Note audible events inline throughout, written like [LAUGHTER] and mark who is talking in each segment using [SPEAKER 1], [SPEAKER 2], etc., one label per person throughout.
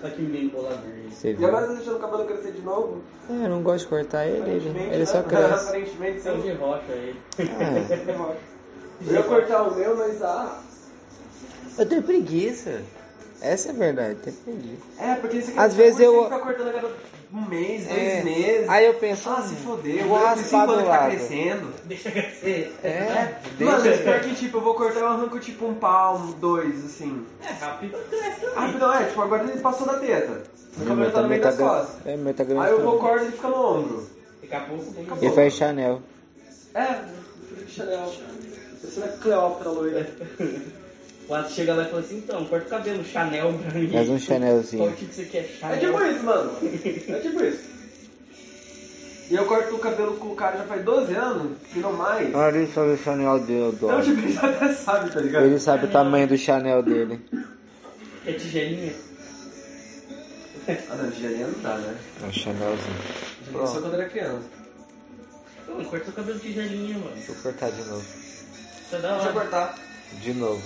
[SPEAKER 1] Só que meio bola verde.
[SPEAKER 2] Você
[SPEAKER 3] E
[SPEAKER 2] viu?
[SPEAKER 3] agora você deixando o cabelo crescer de novo?
[SPEAKER 2] É, eu não gosto de cortar ele, ele,
[SPEAKER 3] Aparentemente,
[SPEAKER 2] ele só
[SPEAKER 3] né?
[SPEAKER 2] cresce.
[SPEAKER 3] [LAUGHS] Aparentemente,
[SPEAKER 1] São de
[SPEAKER 3] sim.
[SPEAKER 1] rocha ele.
[SPEAKER 2] Ah,
[SPEAKER 3] Eu ia cortar o meu, mas ah.
[SPEAKER 2] eu tenho preguiça. Essa é a verdade, eu tenho preguiça.
[SPEAKER 3] É, porque esse
[SPEAKER 2] Às vezes eu-
[SPEAKER 3] ficar cortando a cada um mês, dois
[SPEAKER 2] É,
[SPEAKER 3] meses.
[SPEAKER 2] Aí eu penso,
[SPEAKER 3] Ah, se foder,
[SPEAKER 2] eu
[SPEAKER 3] eu
[SPEAKER 2] vou
[SPEAKER 3] vou
[SPEAKER 2] raspar do
[SPEAKER 3] tá
[SPEAKER 2] lado.
[SPEAKER 3] crescendo. Né?
[SPEAKER 1] Deixa crescer.
[SPEAKER 2] É,
[SPEAKER 3] Mano,
[SPEAKER 2] deixa-
[SPEAKER 3] pior que tipo, eu vou cortar eu arranco tipo um palmo, dois, assim.
[SPEAKER 1] É rápido, cresce também.
[SPEAKER 3] Rapidão, é, tipo, agora ele passou da teta. O
[SPEAKER 2] Meu,
[SPEAKER 3] cabelo tá no meio das
[SPEAKER 2] gran-
[SPEAKER 3] costas.
[SPEAKER 2] É, meu tá grande.
[SPEAKER 3] Aí eu vou
[SPEAKER 2] também.
[SPEAKER 3] corto e ele fica no ombro.
[SPEAKER 1] Daqui a pouco tem
[SPEAKER 2] Ele faz Chanel.
[SPEAKER 3] É, Chanel. Você não é Cleópatra loira.
[SPEAKER 1] [LAUGHS] O Atos chega lá e fala assim, então, corta o cabelo, Chanel pra mim.
[SPEAKER 2] Faz um
[SPEAKER 1] Qual
[SPEAKER 2] Chanelzinho.
[SPEAKER 1] tipo você quer,
[SPEAKER 3] É
[SPEAKER 1] Chanel?
[SPEAKER 3] tipo isso, mano. É tipo isso. E eu corto o cabelo com o cara já faz 12 anos, se não mais.
[SPEAKER 2] Olha isso, olha o Chanel dele, eu
[SPEAKER 3] Então,
[SPEAKER 2] adoro.
[SPEAKER 3] tipo, ele já até sabe, tá ligado?
[SPEAKER 2] Ele sabe o tamanho do Chanel dele.
[SPEAKER 1] É tigelinha.
[SPEAKER 3] Ah, não, tigelinha não dá, né?
[SPEAKER 2] É um Chanelzinho.
[SPEAKER 3] Tigelinha só quando era criança.
[SPEAKER 1] Mano, corta o cabelo tigelinha, mano.
[SPEAKER 2] Deixa eu cortar de novo.
[SPEAKER 1] Tá da
[SPEAKER 3] Deixa eu
[SPEAKER 1] hora.
[SPEAKER 3] cortar.
[SPEAKER 2] De novo.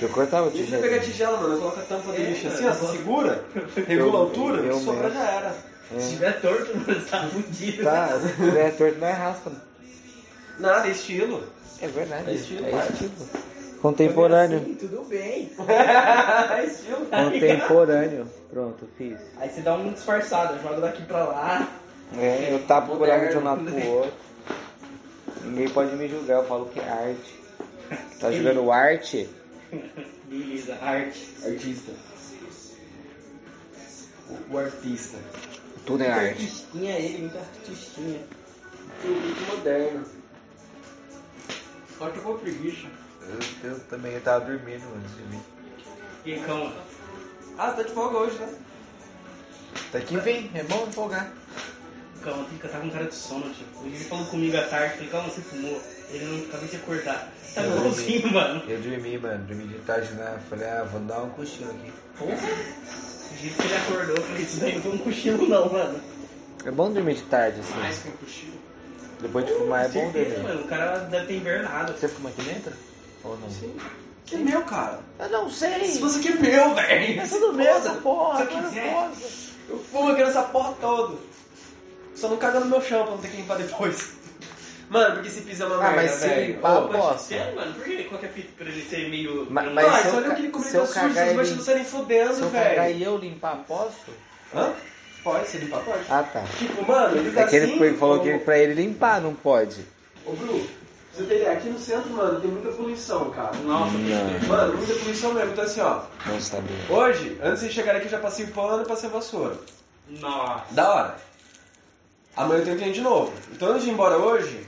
[SPEAKER 2] Eu cortava o
[SPEAKER 3] Deixa eu pegar a
[SPEAKER 2] Chanel.
[SPEAKER 3] tigela, mano. Coloca a tampa do
[SPEAKER 1] É,
[SPEAKER 3] lixo assim,
[SPEAKER 1] eu
[SPEAKER 3] ó,
[SPEAKER 1] gosto.
[SPEAKER 3] segura, regula a altura,
[SPEAKER 2] eu
[SPEAKER 3] se sobrar
[SPEAKER 2] mesmo.
[SPEAKER 3] já era.
[SPEAKER 1] Se tiver torto, [LAUGHS] mano, tá fudido.
[SPEAKER 2] É. Tá, se tiver torto, não é raspa. não.
[SPEAKER 3] Nada, é estilo.
[SPEAKER 2] É verdade.
[SPEAKER 3] É estilo,
[SPEAKER 2] é
[SPEAKER 3] cara.
[SPEAKER 2] estilo. Contemporâneo.
[SPEAKER 1] Assim, tudo [LAUGHS] bem.
[SPEAKER 3] é estilo.
[SPEAKER 2] Contemporâneo. Pronto, fiz.
[SPEAKER 1] Aí você dá uma disfarçada, joga daqui pra lá. [LAUGHS]
[SPEAKER 2] É, eu tapo o buraco de um lado pro
[SPEAKER 1] Moderno.
[SPEAKER 2] outro. Ninguém pode me julgar, eu falo que é arte. Tá
[SPEAKER 1] Sim.
[SPEAKER 2] jogando arte?
[SPEAKER 1] Beleza, arte.
[SPEAKER 3] Artista. O, o artista.
[SPEAKER 2] Tudo é
[SPEAKER 1] Muito
[SPEAKER 2] arte.
[SPEAKER 1] artistinha ele, muito artistinha.
[SPEAKER 3] Muito moderno. Só que eu vou preguiça.
[SPEAKER 2] Eu, também eu tava dormindo antes de mim.
[SPEAKER 1] E calma.
[SPEAKER 3] Ah, você tá de folga hoje, né?
[SPEAKER 2] Tá aqui, vem, é bom empolgar.
[SPEAKER 1] Calma, fica, tá com cara de sono, tio. Ele falou comigo à tarde, falei, calma, você fumou. Ele não acabei de acordar. Tá
[SPEAKER 2] Eu
[SPEAKER 1] igualzinho, mano.
[SPEAKER 2] Eu dormi, mano, dormi de tarde lá. Falei, ah, vou dar um cochilo aqui.
[SPEAKER 1] Porra! Do jeito que ele acordou, eu falei, isso daí não foi um cochilo não, mano.
[SPEAKER 2] É bom dormir de tarde, assim.
[SPEAKER 3] Mais que um cochilo.
[SPEAKER 2] Depois de fumar é bom
[SPEAKER 1] Certeza,
[SPEAKER 2] dormir.
[SPEAKER 1] mano. O cara deve ter invernado.
[SPEAKER 2] Você fuma aqui dentro? Ou não? Sim.
[SPEAKER 3] Que é meu, cara.
[SPEAKER 2] Eu não
[SPEAKER 3] Esse
[SPEAKER 2] sei.
[SPEAKER 3] você que é meu, velho.
[SPEAKER 2] É tudo meu, essa porra.
[SPEAKER 3] Se eu
[SPEAKER 2] agora
[SPEAKER 3] quiser.
[SPEAKER 2] eu posso.
[SPEAKER 3] Eu fumo aqui nessa porra toda. Só não caga no meu chão pra não ter que limpar depois. Mano, porque esse piso é uma
[SPEAKER 2] Ah,
[SPEAKER 3] merda,
[SPEAKER 2] mas se
[SPEAKER 3] velho.
[SPEAKER 2] limpar,
[SPEAKER 3] Ô,
[SPEAKER 2] eu posso.
[SPEAKER 1] Sério, é, mano? Por que qualquer fita pra ele ser meio...
[SPEAKER 2] Ma-
[SPEAKER 1] meio-
[SPEAKER 2] mas-
[SPEAKER 3] Mas
[SPEAKER 2] se eu
[SPEAKER 3] olha
[SPEAKER 2] ca-
[SPEAKER 3] o que ele comeu
[SPEAKER 2] se eu
[SPEAKER 3] das sujas,
[SPEAKER 2] cagar
[SPEAKER 3] as manchas
[SPEAKER 2] ele-
[SPEAKER 3] não saem nem
[SPEAKER 2] Se
[SPEAKER 3] fodendo,
[SPEAKER 2] eu cagar
[SPEAKER 3] velho.
[SPEAKER 2] e eu limpar, posso?
[SPEAKER 3] Hã? Pode, se limpar, pode.
[SPEAKER 2] Ah, tá.
[SPEAKER 3] Tipo, mano, ele tá
[SPEAKER 2] É que ele
[SPEAKER 3] assim,
[SPEAKER 2] foi- falou
[SPEAKER 3] ô-
[SPEAKER 2] que pra ele limpar, não pode.
[SPEAKER 3] Ô, Bru, você tem... aqui no centro, mano, tem muita poluição, cara.
[SPEAKER 1] Nossa,
[SPEAKER 2] Não.
[SPEAKER 3] Mano, muita poluição mesmo. Então assim, ó.
[SPEAKER 2] Não sabia.
[SPEAKER 3] Hoje, antes de chegar aqui, eu já passei o pano e passei a vassoura.
[SPEAKER 1] nossa.
[SPEAKER 3] Da hora. Amanhã eu tenho cliente de novo. Então antes de ir embora hoje,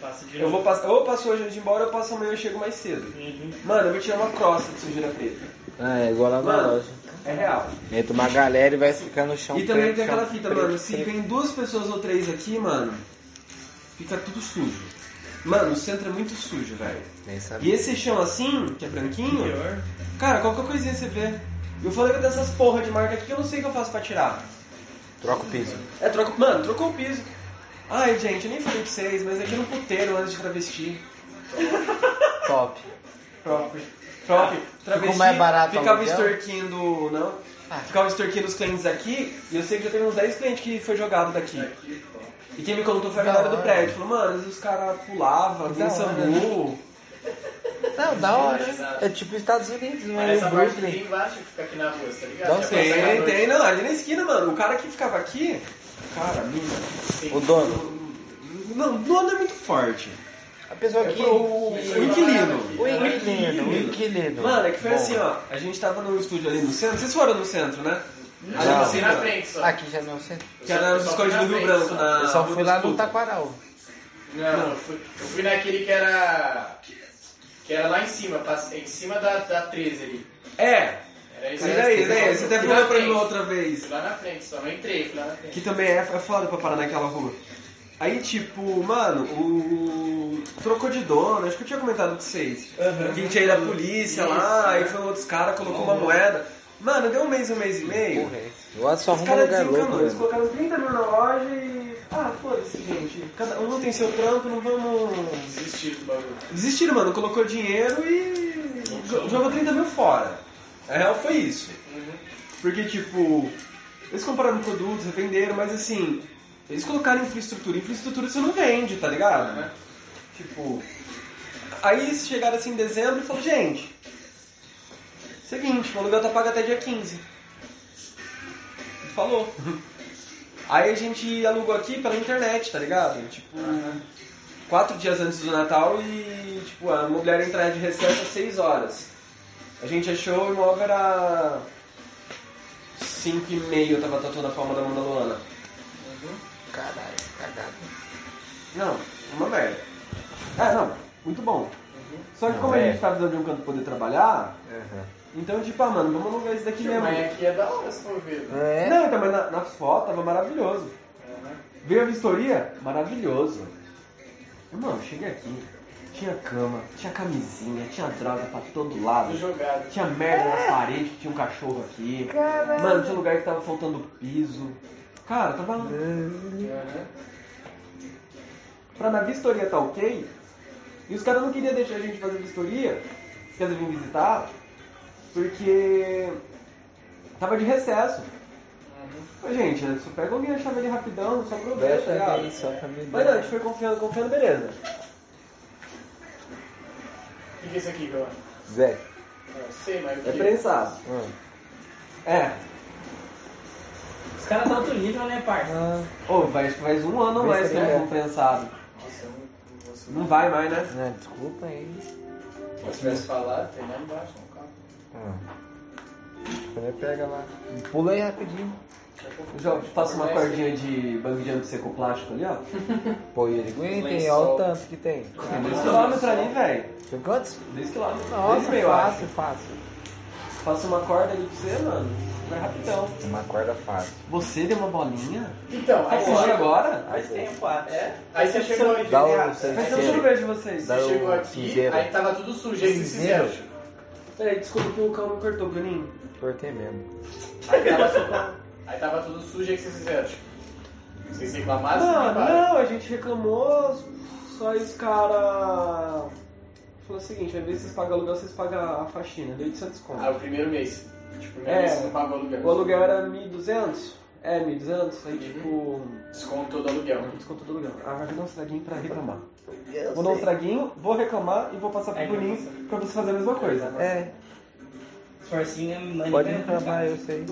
[SPEAKER 1] Passa de
[SPEAKER 3] eu
[SPEAKER 1] novo.
[SPEAKER 3] vou passar. Ou eu passo hoje antes de ir embora, ou eu passo amanhã e eu chego mais cedo.
[SPEAKER 1] Uhum.
[SPEAKER 3] Mano, eu vou tirar uma crosta de sujeira preta.
[SPEAKER 2] Ah, é igual lá na
[SPEAKER 3] Mano,
[SPEAKER 2] loja.
[SPEAKER 3] é real.
[SPEAKER 2] Entra uma galera e vai ficar no chão.
[SPEAKER 3] E também
[SPEAKER 2] preto,
[SPEAKER 3] tem aquela
[SPEAKER 2] chão
[SPEAKER 3] fita,
[SPEAKER 2] preto,
[SPEAKER 3] mano. assim. Se
[SPEAKER 2] preto.
[SPEAKER 3] tem duas pessoas ou três aqui, mano, fica tudo sujo. Mano, o centro é muito sujo, velho.
[SPEAKER 2] Nem
[SPEAKER 3] E
[SPEAKER 2] sabia.
[SPEAKER 3] esse chão assim, que é branquinho,
[SPEAKER 1] Pior.
[SPEAKER 3] cara, qualquer coisinha você vê. Eu falei que eu tenho essas porra de marca aqui que eu não sei o que eu faço pra tirar.
[SPEAKER 2] Troca o piso.
[SPEAKER 3] É, troca. Mano, trocou o piso. Ai, gente, eu nem falei pra vocês, mas aqui no puteiro antes de travesti.
[SPEAKER 2] Top.
[SPEAKER 3] Próprio. Próprio. Travesti
[SPEAKER 2] Ah, mais barato o
[SPEAKER 3] ficava
[SPEAKER 2] aluguel?
[SPEAKER 3] extorquindo. Não?
[SPEAKER 2] Ah.
[SPEAKER 3] Ficava extorquindo os clientes aqui, e eu sei que já teve uns 10 clientes que foi jogado daqui. E quem me contou foi a
[SPEAKER 2] Da
[SPEAKER 3] galera do
[SPEAKER 2] hora.
[SPEAKER 3] prédio. Falou, mano, os caras pulavam,
[SPEAKER 2] Da
[SPEAKER 3] tem sambu.
[SPEAKER 2] Não, da hora. É tipo Estados Unidos, não
[SPEAKER 4] Mas
[SPEAKER 2] é?
[SPEAKER 4] essa parte
[SPEAKER 2] Brooklyn.
[SPEAKER 4] aqui embaixo que fica aqui na rua, tá ligado?
[SPEAKER 2] Não
[SPEAKER 4] Já
[SPEAKER 2] sei,
[SPEAKER 4] passa na
[SPEAKER 3] Tem,
[SPEAKER 4] noite.
[SPEAKER 3] tem, não, ali na esquina, mano. O cara que ficava aqui. Cara, mina.
[SPEAKER 2] O dono.
[SPEAKER 3] Não, o dono é muito forte.
[SPEAKER 2] A pessoa
[SPEAKER 3] É
[SPEAKER 2] que.
[SPEAKER 3] pro- o, o inquilino.
[SPEAKER 2] O inquilino, o inquilino.
[SPEAKER 3] Mano, é que foi
[SPEAKER 2] Bom,
[SPEAKER 3] assim, ó. A gente tava no estúdio ali no centro. Vocês foram no centro, né?
[SPEAKER 4] Não,
[SPEAKER 3] Ali
[SPEAKER 2] Não.
[SPEAKER 3] no
[SPEAKER 4] assim na
[SPEAKER 3] centro.
[SPEAKER 4] frente só.
[SPEAKER 2] Aqui já não sei.
[SPEAKER 3] Que era
[SPEAKER 4] Eu
[SPEAKER 3] os
[SPEAKER 4] só
[SPEAKER 3] escolas
[SPEAKER 4] fui
[SPEAKER 3] do
[SPEAKER 4] na
[SPEAKER 3] Rio
[SPEAKER 4] frente
[SPEAKER 3] Branco né?
[SPEAKER 4] só.
[SPEAKER 3] na.
[SPEAKER 2] Eu só fui lá no
[SPEAKER 3] Tucurucu.
[SPEAKER 2] Taquaral.
[SPEAKER 4] Não, eu fui, eu fui naquele que era. Que era lá em cima, passa- em cima da, da 13 ali.
[SPEAKER 3] É,
[SPEAKER 4] Era
[SPEAKER 3] mas é isso, é isso. Você até
[SPEAKER 4] Fui
[SPEAKER 3] falou
[SPEAKER 4] na
[SPEAKER 3] pra mim
[SPEAKER 4] frente.
[SPEAKER 3] outra vez.
[SPEAKER 4] Fui lá na frente só, não entrei, fui lá na frente.
[SPEAKER 3] Que também é, é foda pra parar naquela rua. Aí, tipo, mano, o. Trocou de dono, acho que eu tinha comentado com vocês.
[SPEAKER 1] Aham.
[SPEAKER 3] Que tinha ido a polícia lá,
[SPEAKER 4] é.
[SPEAKER 3] aí foi outros caras, colocou
[SPEAKER 4] Uhum.
[SPEAKER 3] uma moeda. Mano, deu um mês, um mês e meio.
[SPEAKER 2] Porra, é. eu só
[SPEAKER 3] Os
[SPEAKER 2] arrumo um
[SPEAKER 3] caras
[SPEAKER 2] lugar louco,
[SPEAKER 3] desencanou, eles
[SPEAKER 2] mano.
[SPEAKER 3] colocaram 30 mil na loja e. Ah, foda-se, gente. Cada um tem seu trampo, não vamos.
[SPEAKER 4] Desisti do bagulho.
[SPEAKER 3] Desistiram, mano, colocou dinheiro e. jo- Jogou 30 mil fora. A real foi isso.
[SPEAKER 4] Uhum.
[SPEAKER 3] Porque, tipo, eles compraram produtos, revenderam, mas assim, eles colocaram infraestrutura. Infraestrutura você não vende, tá ligado?
[SPEAKER 4] Uhum.
[SPEAKER 3] Tipo, aí eles chegaram assim em dezembro e falaram, gente, seguinte, o aluguel tá pago até dia 15. Ele
[SPEAKER 4] [LAUGHS]
[SPEAKER 3] falou. Aí a gente alugou aqui pela internet, tá ligado? Tipo, quatro dias antes do Natal e, tipo, a mulher entrar de recesso às 6 horas. A gente achou o imóvel era 5 e meio, eu tava tatuando a palma da mão da Luana.
[SPEAKER 2] Caralho, cagado.
[SPEAKER 3] Não, uma merda. Ah, não, muito bom. Só que
[SPEAKER 2] Não,
[SPEAKER 3] como a
[SPEAKER 2] é.
[SPEAKER 3] gente tá precisando de um canto pra poder trabalhar,
[SPEAKER 2] Uhum.
[SPEAKER 3] então tipo, ah mano, vamos alugar isso daqui
[SPEAKER 4] Tio,
[SPEAKER 3] mesmo.
[SPEAKER 4] Mas aqui é da hora se for ver. né?
[SPEAKER 2] É.
[SPEAKER 3] Não, então, mas na, na foto tava maravilhoso.
[SPEAKER 4] Uhum.
[SPEAKER 3] Veio a vistoria? Maravilhoso. Eu, mano, cheguei aqui, tinha cama, tinha camisinha, tinha droga pra todo lado.
[SPEAKER 4] Tudo jogado.
[SPEAKER 3] Tinha merda na parede, tinha um cachorro aqui. Mano, tinha um lugar que tava faltando piso. Cara, tava.
[SPEAKER 2] É.
[SPEAKER 4] Uhum.
[SPEAKER 3] Pra na vistoria tá ok. E os caras não queriam deixar a gente fazer vistoria, quer dizer, vir visitar, porque tava de recesso.
[SPEAKER 4] Uhum.
[SPEAKER 3] Falei, gente, né, só pega alguém a chave ali rapidão, só aproveita,
[SPEAKER 2] Beta
[SPEAKER 3] tá ligado?
[SPEAKER 2] aí, só pra me
[SPEAKER 3] Mas não, a
[SPEAKER 2] dar.
[SPEAKER 3] gente foi confiando, confiando, beleza.
[SPEAKER 4] O que que é isso aqui, João?
[SPEAKER 2] Zé.
[SPEAKER 4] Não sei, mas o
[SPEAKER 3] É
[SPEAKER 4] que?
[SPEAKER 3] prensado.
[SPEAKER 2] Ah.
[SPEAKER 3] É.
[SPEAKER 1] Os caras tá outro nível, né, parça?
[SPEAKER 2] Ah,
[SPEAKER 3] Ô, faz, faz um ano ou
[SPEAKER 2] Vê se
[SPEAKER 3] mais que
[SPEAKER 2] ele
[SPEAKER 3] eu
[SPEAKER 2] é.
[SPEAKER 3] não prensado.
[SPEAKER 4] Nossa, eu não você
[SPEAKER 3] Não vai mais, né?
[SPEAKER 2] não, desculpa aí.
[SPEAKER 4] Se eu tivesse falado, tem lá embaixo, no carro.
[SPEAKER 2] Ah. Quando é pega lá. Pula aí rapidinho.
[SPEAKER 4] é
[SPEAKER 3] Eu já faço uma cordinha de bang jump seco plástico ali, ó.
[SPEAKER 2] Pô, e ele aguenta, hein? Olha
[SPEAKER 4] Lençol.
[SPEAKER 2] o tanto que tem.
[SPEAKER 3] Tem dois quilômetros ali, velho.
[SPEAKER 2] Tem quantos?
[SPEAKER 3] Dois quilômetros. Dois
[SPEAKER 2] Nossa,
[SPEAKER 3] e meio, eu acho.
[SPEAKER 2] fácil, fácil.
[SPEAKER 3] Faço uma corda ali pra você, mano. Vai rapidão.
[SPEAKER 2] Uma corda fácil.
[SPEAKER 3] Você deu uma bolinha?
[SPEAKER 4] Então,
[SPEAKER 3] Aí
[SPEAKER 4] aí
[SPEAKER 3] você chega
[SPEAKER 4] agora.
[SPEAKER 3] agora?
[SPEAKER 1] Faz tempo, Atos.
[SPEAKER 4] É? Aí você chegou aí.
[SPEAKER 2] Dá
[SPEAKER 4] né?
[SPEAKER 2] um
[SPEAKER 4] Você
[SPEAKER 3] Faz tempo que eu não
[SPEAKER 2] cinzeiro.
[SPEAKER 3] vejo vocês.
[SPEAKER 2] Dá
[SPEAKER 4] chegou
[SPEAKER 2] um
[SPEAKER 4] aqui,
[SPEAKER 2] cinzeiro.
[SPEAKER 4] aí tava tudo sujo, aí vocês
[SPEAKER 2] Cinzeiro?
[SPEAKER 4] fizeram. Chico.
[SPEAKER 3] Peraí, desculpa que o cão me cortou, Bruninho.
[SPEAKER 2] Cortei mesmo.
[SPEAKER 4] Aí tava tudo, aí tava tudo sujo, aí que vocês fizeram. Chico. Vocês reclamaram, vocês
[SPEAKER 3] Não,
[SPEAKER 4] limparam.
[SPEAKER 3] não, a gente reclamou, só os cara falou o seguinte, ao invés de vocês pagam aluguel, vocês pagam a faxina, deu 800 conto.
[SPEAKER 4] Ah, o primeiro mês. Tipo, o primeiro
[SPEAKER 3] É.
[SPEAKER 4] mês você não pagou aluguel.
[SPEAKER 3] O aluguel era 1.200? É, 1.200, aí tipo,
[SPEAKER 4] Desconto todo aluguel.
[SPEAKER 3] desconto do aluguel. Ah, vai dar um estraguinho pra reclamar.
[SPEAKER 2] Tá
[SPEAKER 3] Vou dar um estraguinho, vou reclamar e vou passar pro
[SPEAKER 1] Aí,
[SPEAKER 3] Bruninho pra você fazer a mesma coisa.
[SPEAKER 2] É,
[SPEAKER 1] Esforcinho é
[SPEAKER 2] pode reclamar, eu sei.